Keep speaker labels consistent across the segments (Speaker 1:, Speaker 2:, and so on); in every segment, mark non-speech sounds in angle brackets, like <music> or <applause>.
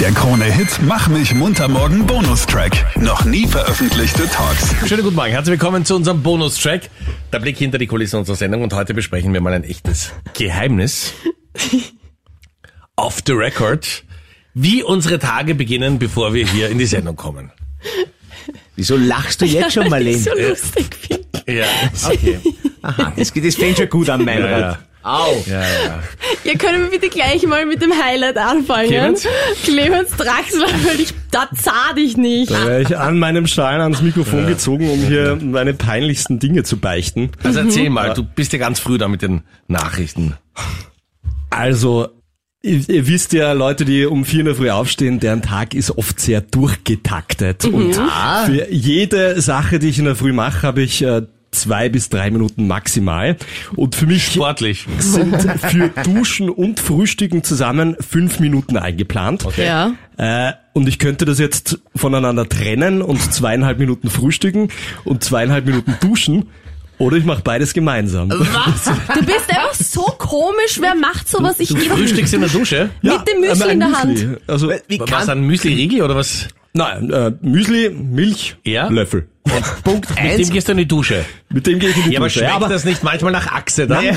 Speaker 1: Der Krone-Hit Mach mich munter morgen Bonustrack. Noch nie veröffentlichte Talks.
Speaker 2: Schönen guten Morgen, herzlich willkommen zu unserem Bonustrack. Der Blick hinter die Kulissen unserer Sendung und heute besprechen wir mal ein echtes Geheimnis. Off the record. Wie unsere Tage beginnen, bevor wir hier in die Sendung kommen.
Speaker 3: Wieso lachst du jetzt
Speaker 4: <laughs>
Speaker 3: schon,
Speaker 4: Weil
Speaker 3: Marlene?
Speaker 4: ich so lustig finde.
Speaker 2: Ja, okay.
Speaker 3: Aha, das, geht- das fängt schon gut an, mein
Speaker 2: Ja,
Speaker 3: Rat.
Speaker 2: ja.
Speaker 3: Au!
Speaker 2: Ja, ja.
Speaker 4: Ja, können wir bitte gleich mal mit dem Highlight anfangen?
Speaker 2: Clemens?
Speaker 4: Clemens Draxler, weil ich, da zahl dich nicht.
Speaker 5: Da wäre ich an meinem Schal ans Mikrofon gezogen, um hier meine peinlichsten Dinge zu beichten.
Speaker 2: Also erzähl mal, du bist ja ganz früh da mit den Nachrichten.
Speaker 5: Also, ihr, ihr wisst ja, Leute, die um vier in der Früh aufstehen, deren Tag ist oft sehr durchgetaktet. Und für jede Sache, die ich in der Früh mache, habe ich äh, zwei bis drei Minuten maximal. Und für mich
Speaker 2: Sportlich.
Speaker 5: sind für Duschen und Frühstücken zusammen fünf Minuten eingeplant.
Speaker 4: Ja.
Speaker 5: Äh, und ich könnte das jetzt voneinander trennen und zweieinhalb Minuten frühstücken und zweieinhalb Minuten duschen. Oder ich mache beides gemeinsam.
Speaker 3: Also
Speaker 4: Was? Du bist einfach so komisch. Wer macht sowas? Ich gehe doch
Speaker 2: Frühstückst in der Dusche?
Speaker 5: Ja,
Speaker 4: mit dem Müsli
Speaker 5: ein
Speaker 4: in der
Speaker 5: Müsli. Also,
Speaker 3: Wie kann,
Speaker 2: Was, ein Müsli-Riegel oder was?
Speaker 5: nein, äh, Müsli, Milch,
Speaker 2: Ja.
Speaker 5: Löffel.
Speaker 3: Punkt
Speaker 2: Mit dem
Speaker 3: eins.
Speaker 2: gehst du in die Dusche.
Speaker 5: Mit dem gehe ich in die
Speaker 2: Ja, aber
Speaker 5: Dusche.
Speaker 2: schmeckt das nicht manchmal nach Achse dann?
Speaker 3: Nein,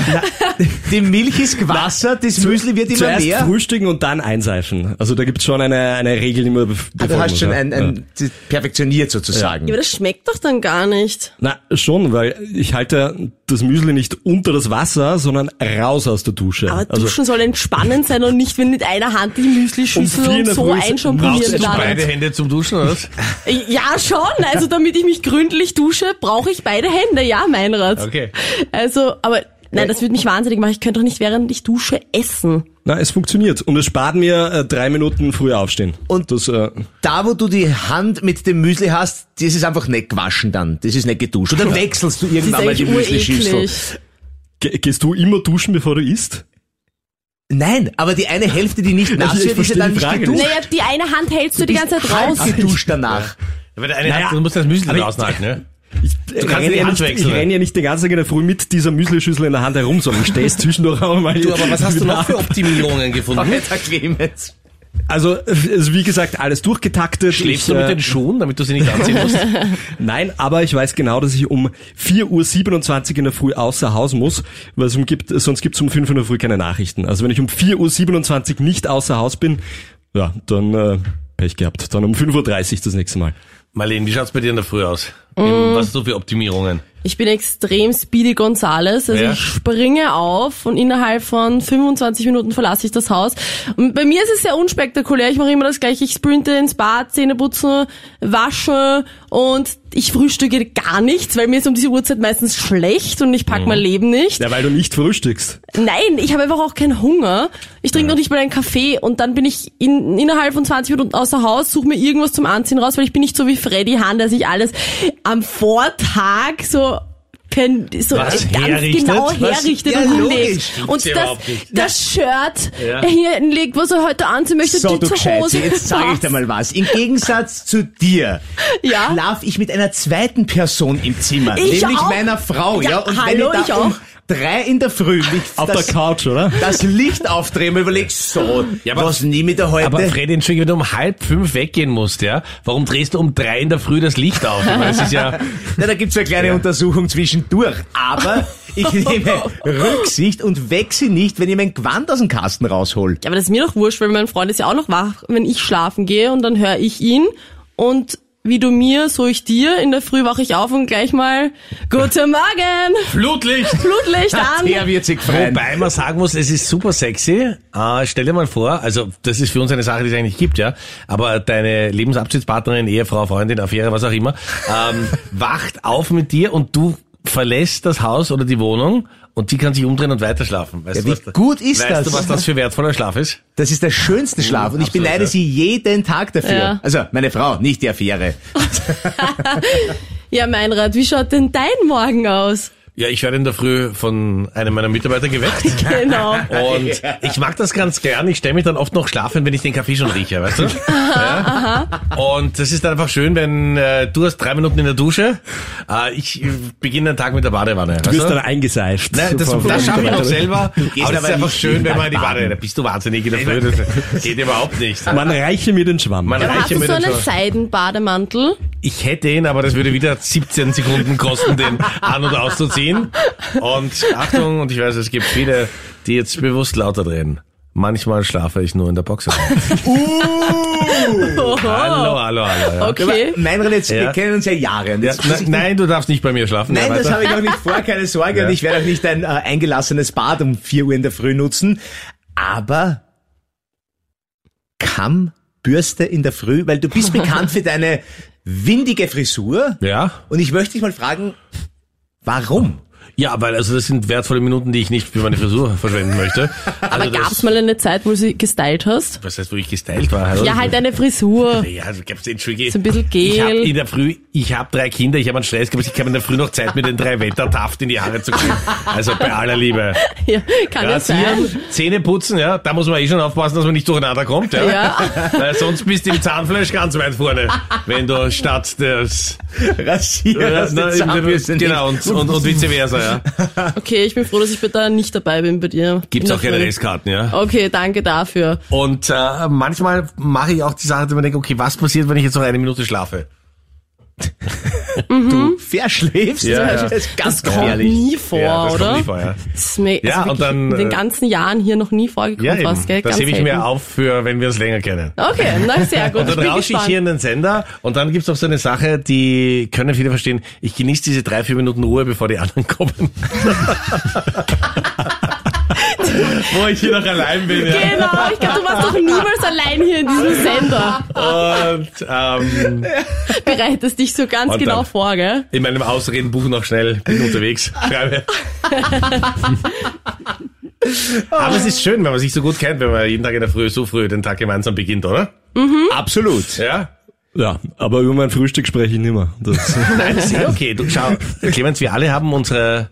Speaker 3: nein, die Milch ist gewassert, das Müsli wird immer
Speaker 5: Zuerst
Speaker 3: mehr. Ah,
Speaker 5: frühstücken und dann einseifen. Also da gibt's schon eine, eine Regel, die man bef-
Speaker 3: Ah, Du
Speaker 5: befolgen
Speaker 3: hast
Speaker 5: muss,
Speaker 3: schon
Speaker 5: ja.
Speaker 3: ein,
Speaker 5: Ja.
Speaker 3: ein perfektioniert sozusagen.
Speaker 4: Ja, aber das schmeckt doch dann gar nicht.
Speaker 5: Na, schon, weil ich halte das Müsli nicht unter das Wasser, sondern raus aus der Dusche.
Speaker 4: Aber
Speaker 5: also,
Speaker 4: Duschen soll entspannend sein und nicht, wenn mit einer Hand die Müslischüssel
Speaker 5: Um vier
Speaker 4: und,
Speaker 5: in der
Speaker 4: so
Speaker 5: Früh
Speaker 4: einschampieren
Speaker 2: Brauchst du beide
Speaker 4: landet.
Speaker 2: Hände zum Duschen oder was?
Speaker 4: Ja, schon. Also damit ich mich gründlich dusche, brauche ich beide Hände. Ja, mein Rat.
Speaker 2: Okay.
Speaker 4: Also, aber nein, das würde mich wahnsinnig machen. Ich könnte doch nicht, während ich dusche, essen.
Speaker 5: Na, es funktioniert. Und es spart mir äh, drei Minuten früher aufstehen.
Speaker 3: Und-
Speaker 5: das, äh,
Speaker 3: Da, wo du die Hand mit dem Müsli hast, das ist einfach nicht gewaschen dann. Das ist nicht geduscht. Und dann wechselst du
Speaker 4: Das
Speaker 3: irgendwann
Speaker 4: ist
Speaker 3: mal die
Speaker 4: eigentlich
Speaker 3: Müsli-Schüssel.
Speaker 4: ureklig.
Speaker 5: ge- gehst du immer duschen, bevor du isst?
Speaker 3: Nein, aber die eine Hälfte, Also die nicht nass
Speaker 5: ich
Speaker 3: wird, ist ja
Speaker 5: verstehe
Speaker 3: dann
Speaker 5: die
Speaker 3: nicht
Speaker 5: Frage
Speaker 3: geduscht.
Speaker 4: Naja, die eine Hand hältst du die ganze Zeit raus.
Speaker 3: Halb <laughs> geduscht danach.
Speaker 2: Weil der eine
Speaker 5: Naja,
Speaker 2: hat, du musst das Müsli
Speaker 5: aber-
Speaker 2: raushalten, ne?
Speaker 5: Ich,
Speaker 2: kannst die
Speaker 5: ja
Speaker 2: Hand
Speaker 5: nicht, ich
Speaker 2: wechseln.
Speaker 5: renne ja nicht den ganzen Tag in der Früh mit dieser Müslischüssel in der Hand herum, sondern ich
Speaker 2: <laughs>
Speaker 5: stehe es zwischendurch auch mal.
Speaker 2: Du, aber was hast du noch für Optimierungen gefunden?
Speaker 3: Alter Clemens.
Speaker 5: Also, äh, also, wie gesagt, alles durchgetaktet.
Speaker 2: Schläfst
Speaker 5: ich,
Speaker 2: du mit
Speaker 5: äh,
Speaker 2: den Schuhen, damit du sie nicht anziehen musst?
Speaker 5: Nein, aber ich weiß genau, dass ich um 4.27 Uhr in der Früh außer Haus muss, weil es um gibt, sonst gibt's um 5 Uhr in der Früh keine Nachrichten. Also wenn ich um 4.27 Uhr nicht außer Haus bin, ja, dann äh, Pech gehabt. Dann um 5.30 Uhr das nächste Mal.
Speaker 2: <laughs> Marlene, wie schaut's bei dir in der Früh aus? Was hast du für Optimierungen?
Speaker 4: Ich bin extrem Speedy Gonzales, also
Speaker 2: Ja.
Speaker 4: ich springe auf und innerhalb von 25 Minuten verlasse ich das Haus. Und bei mir ist es sehr unspektakulär, ich mache immer das gleiche, ich sprinte ins Bad, Zähne putze, wasche und ich frühstücke gar nichts, weil mir ist um diese Uhrzeit meistens schlecht und ich pack mein Leben nicht.
Speaker 5: Ja, weil du nicht frühstückst.
Speaker 4: Nein, ich habe einfach auch keinen Hunger. Ich trinke noch nicht mal einen Kaffee und dann bin ich in, innerhalb von 20 Minuten außer Haus, suche mir irgendwas zum Anziehen raus, weil ich bin nicht so wie Freddy Hahn, der sich alles am Vortag so pen- so
Speaker 2: Was?
Speaker 4: ganz
Speaker 2: Herrichtet?
Speaker 4: genau
Speaker 2: Was?
Speaker 4: herrichtet
Speaker 3: Ja,
Speaker 4: und
Speaker 3: logisch.
Speaker 4: hinlegt. Und
Speaker 2: Gibt's ja
Speaker 4: das,
Speaker 2: überhaupt nicht.
Speaker 4: das Shirt
Speaker 2: Ja.
Speaker 4: hier hinlegt, was er heute anziehen möchte,
Speaker 3: So,
Speaker 4: Also die
Speaker 3: du
Speaker 4: zur
Speaker 3: Gescheit,
Speaker 4: Hose.
Speaker 3: jetzt sage ich dir mal was. Im Gegensatz zu dir
Speaker 4: Ja.
Speaker 3: schlaf ich mit einer zweiten Person im Zimmer,
Speaker 4: Ich
Speaker 3: nämlich
Speaker 4: auch.
Speaker 3: meiner Frau. Ja,
Speaker 4: Ja,
Speaker 3: und
Speaker 4: hallo,
Speaker 3: wenn ich,
Speaker 4: ich
Speaker 3: da
Speaker 4: auch.
Speaker 3: um drei in der Früh nicht
Speaker 5: Auf
Speaker 3: das,
Speaker 5: der Couch, oder?
Speaker 3: das Licht aufdrehen, überleg so,
Speaker 2: Ja, aber-
Speaker 3: was nehme ich da heute?
Speaker 2: Aber Freddy, Entschuldigung, wenn du um halb fünf weggehen musst, ja? Warum drehst du um drei in der Früh das Licht auf? Ich meine, Das ist <laughs> ja,
Speaker 3: Na, da gibt's eine kleine Untersuchung zwischendurch.
Speaker 4: <laughs>
Speaker 3: Aber ich nehme Rücksicht und wechsle nicht, wenn ich mein Gewand aus dem Kasten raushol.
Speaker 4: Ja, aber das ist mir doch wurscht, weil mein Freund ist ja auch noch wach, wenn ich schlafen gehe und dann höre ich ihn und wie du mir, so ich dir. In der Früh wache ich auf und gleich mal Guten Morgen, <laughs>
Speaker 2: Flutlicht!
Speaker 4: Flutlicht an.
Speaker 3: Der wird sich freuen.
Speaker 2: Wobei man sagen muss, es ist super sexy. Äh, stell dir mal vor, also das ist für uns eine Sache, die es eigentlich gibt, ja. Aber deine Lebensabschnittspartnerin, Ehefrau, Freundin, Affäre, was auch immer,
Speaker 3: <laughs>
Speaker 2: ähm, wacht auf mit dir und du verlässt das Haus oder die Wohnung und die kann sich umdrehen und weiterschlafen. Weißt
Speaker 3: Ja,
Speaker 2: du,
Speaker 3: wie
Speaker 2: was da-
Speaker 3: gut ist
Speaker 2: weißt
Speaker 3: das?
Speaker 2: du, was das für wertvoller Schlaf ist?
Speaker 3: Das ist der schönste Schlaf und ich
Speaker 2: absolut,
Speaker 3: beneide
Speaker 2: ja.
Speaker 3: sie jeden Tag dafür.
Speaker 4: Ja.
Speaker 3: Also meine Frau, nicht die Affäre.
Speaker 2: <laughs>
Speaker 4: Ja, Meinrad, wie schaut denn dein Morgen aus?
Speaker 2: Ja, ich werde in der Früh von einem meiner Mitarbeiter geweckt.
Speaker 4: Genau.
Speaker 2: Und
Speaker 3: <laughs>
Speaker 2: ich mag das ganz gern. Ich stelle mich dann oft noch schlafen, wenn ich den Kaffee schon rieche, weißt
Speaker 3: <laughs>
Speaker 2: du? ja? Und das ist dann einfach schön, wenn äh, du hast drei Minuten in der Dusche. Äh, ich äh, beginne den Tag mit der Badewanne.
Speaker 5: Du wirst
Speaker 2: weißt
Speaker 5: dann eingeseischt.
Speaker 2: Also? Nein, das,
Speaker 5: Von-
Speaker 2: das schaffe ich noch
Speaker 5: Mitarbeiter.
Speaker 2: selber. Aber das ist
Speaker 3: aber
Speaker 2: einfach
Speaker 3: nicht
Speaker 2: schön, wenn
Speaker 3: jeden
Speaker 2: man in die
Speaker 3: Tag
Speaker 2: Badewanne. Da bist du wahnsinnig in der Früh. Das geht überhaupt
Speaker 3: <laughs>
Speaker 2: nicht.
Speaker 5: Man reiche mir den Schwamm.
Speaker 2: Man
Speaker 4: Aber hast
Speaker 2: reiche
Speaker 4: du
Speaker 2: mir
Speaker 4: so
Speaker 2: den
Speaker 4: einen
Speaker 2: schon.
Speaker 4: Seidenbademantel?
Speaker 2: Ich hätte ihn, aber das würde wieder 17 Sekunden kosten, den an- und auszuziehen. Und Achtung, und ich weiß, es gibt viele, die jetzt bewusst lauter drehen. Manchmal schlafe ich nur in der Boxer. <laughs> Hallo, hallo, hallo.
Speaker 4: Oh,
Speaker 2: Ja. ähm,
Speaker 4: Okay.
Speaker 3: Nein, René, jetzt- wir
Speaker 2: Ja.
Speaker 3: kennen uns ja Jahre. Und
Speaker 2: Ja,
Speaker 3: jetzt
Speaker 2: ne-
Speaker 3: muss ich-
Speaker 2: nein, du darfst nicht bei mir schlafen.
Speaker 3: Nein,
Speaker 2: Ja,
Speaker 3: das
Speaker 2: weiter.
Speaker 3: habe ich auch nicht vor, keine Sorge.
Speaker 2: Ja.
Speaker 3: Und ich werde auch nicht ein äh, eingelassenes Bad um 4 Uhr in der Früh nutzen. Aber Kammbürste in der Früh, weil du bist bekannt für deine windige Frisur.
Speaker 2: Ja.
Speaker 3: Und ich möchte dich mal fragen, warum?
Speaker 2: ja, weil also das sind wertvolle Minuten, die ich nicht für meine Frisur verschwenden möchte.
Speaker 4: Aber
Speaker 2: also
Speaker 4: gab's mal eine Zeit, wo du sie gestylt hast?
Speaker 2: was heißt, wo ich gestylt war? Hallo?
Speaker 4: Ja, halt eine Frisur. <laughs>
Speaker 2: Ja, also gab's den Entschuldige.
Speaker 4: So ein bisschen
Speaker 2: Ich hab
Speaker 4: Gel.
Speaker 2: in der Früh, ich hab drei Kinder, ich habe einen Stress gehabt, ich habe in der Früh noch Zeit, mir den drei Wettertaft in die Haare zu kriegen. Also bei aller Liebe.
Speaker 4: Ja, kann ja sein.
Speaker 2: Rasieren, Zähne putzen, ja, da muss man eh schon aufpassen, dass man nicht durcheinander kommt, ja.
Speaker 4: Ja.
Speaker 2: <laughs> Weil sonst bist du im Zahnfleisch ganz weit vorne, wenn du statt des
Speaker 3: Rasieren aus den
Speaker 2: Na,
Speaker 3: Zahnbürsten.
Speaker 2: genau und, und, und vice versa, ja.
Speaker 4: Okay, ich bin froh, dass ich da nicht dabei bin bei dir.
Speaker 2: Gibt's auch keine
Speaker 4: Insofern-
Speaker 2: Restkarten, ja.
Speaker 4: Okay, danke dafür.
Speaker 2: Und äh, manchmal mache ich auch die Sache, dass man denkt, okay, was passiert, wenn ich jetzt noch eine Minute schlafe?
Speaker 4: Mhm.
Speaker 3: Du verschläfst.
Speaker 2: Ja, ja.
Speaker 3: Das ist ganz
Speaker 4: kommt
Speaker 3: gefährlich.
Speaker 4: nie vor,
Speaker 2: ja, das
Speaker 4: oder?
Speaker 2: Kommt nie vor, ja.
Speaker 4: Das ist mir
Speaker 2: Ja,
Speaker 4: also
Speaker 2: und
Speaker 4: wirklich
Speaker 2: dann,
Speaker 4: in den
Speaker 2: äh,
Speaker 4: ganzen Jahren hier noch nie vorgekommen
Speaker 2: Ja, eben.
Speaker 4: fast, gell?
Speaker 2: das
Speaker 4: Ganz
Speaker 2: hebe ich
Speaker 4: selten.
Speaker 2: mir auf, für, wenn wir es länger kennen.
Speaker 4: Okay, na sehr gut.
Speaker 2: Und dann
Speaker 4: ich bin
Speaker 2: rausche Also ich
Speaker 4: gespannt.
Speaker 2: hier in den Sender und dann gibt's auch so eine Sache, die können viele verstehen. Ich genieße diese drei, vier Minuten Ruhe, bevor die anderen <laughs> kommen. Wo ich hier noch allein bin. Ja.
Speaker 4: Genau, ich glaube, du warst
Speaker 2: <laughs>
Speaker 4: doch niemals allein hier in diesem Sender. Genau.
Speaker 2: Und ähm,
Speaker 4: Bereitest dich so ganz
Speaker 2: Und
Speaker 4: genau
Speaker 2: dann-
Speaker 4: vor, gell?
Speaker 2: in meinem Ausredenbuch noch schnell, bin unterwegs,
Speaker 4: <laughs>
Speaker 2: schreibe. Aber es ist schön, wenn man sich so gut kennt, wenn man jeden Tag in der Früh, so früh, den Tag gemeinsam beginnt, oder?
Speaker 4: Mhm.
Speaker 3: Absolut.
Speaker 2: Ja?
Speaker 5: Ja, aber über mein Frühstück spreche ich nimmer. Das,
Speaker 2: Nein, das ist eh okay. Du, schau, Clemens, wir alle haben unsere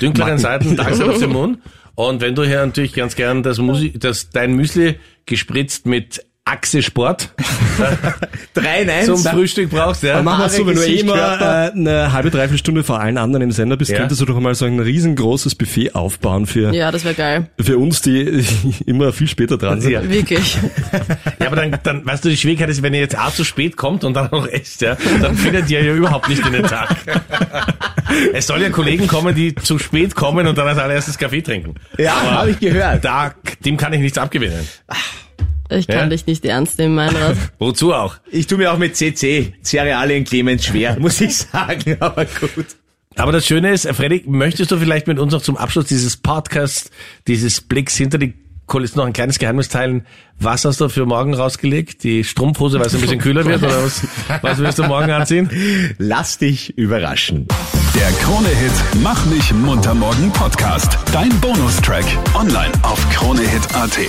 Speaker 2: dünkleren
Speaker 3: <laughs>
Speaker 2: Seiten tagsüber im Mund. Und wenn du hier natürlich ganz gern das, Musi das dein Müsli gespritzt mit Achse Sport
Speaker 3: 3 in 1.
Speaker 2: zum Frühstück brauchst,
Speaker 5: Dann
Speaker 2: ja.
Speaker 5: machen wir es so, wenn du eh
Speaker 3: Gesicht,
Speaker 5: immer äh,
Speaker 3: Körper.
Speaker 5: eine halbe, dreiviertel Stunde vor allen anderen im Sender bist,
Speaker 2: Ja.
Speaker 5: könntest du doch mal so ein riesengroßes Buffet aufbauen für,
Speaker 4: Ja, das wäre geil.
Speaker 5: für uns, die <laughs> immer viel später dran sind.
Speaker 2: Ja.
Speaker 4: Wirklich.
Speaker 2: Ja, aber dann, dann, weißt du, die Schwierigkeit ist, wenn ihr jetzt A zu spät kommt und dann noch esst, ja, dann findet ihr ja überhaupt nicht in den
Speaker 3: <laughs>
Speaker 2: Tag. Es soll ja Kollegen kommen, die zu spät kommen und dann als allererstes Kaffee trinken.
Speaker 3: Ja,
Speaker 2: Aber
Speaker 3: habe ich gehört.
Speaker 2: Da, dem kann ich nichts abgewinnen.
Speaker 4: Ich kann
Speaker 2: Ja?
Speaker 4: dich nicht ernst nehmen, Meinrad.
Speaker 2: Wozu auch?
Speaker 3: Ich tue mir auch mit CC, Cerealien Clemens
Speaker 2: <laughs>
Speaker 3: schwer, muss ich sagen, aber gut.
Speaker 2: Aber das Schöne ist, Freddy, möchtest du vielleicht mit uns noch zum Abschluss dieses Podcasts, dieses Blicks hinter die Kulissen noch ein kleines Geheimnis teilen? Was hast du für morgen rausgelegt? Die Strumpfhose, weil es ein bisschen kühler wird? Oder was, was willst du morgen anziehen?
Speaker 3: Lass dich überraschen.
Speaker 1: Der Krone-Hit Mach mich munter morgen Podcast. Dein Bonustrack. Online auf kronehit.at.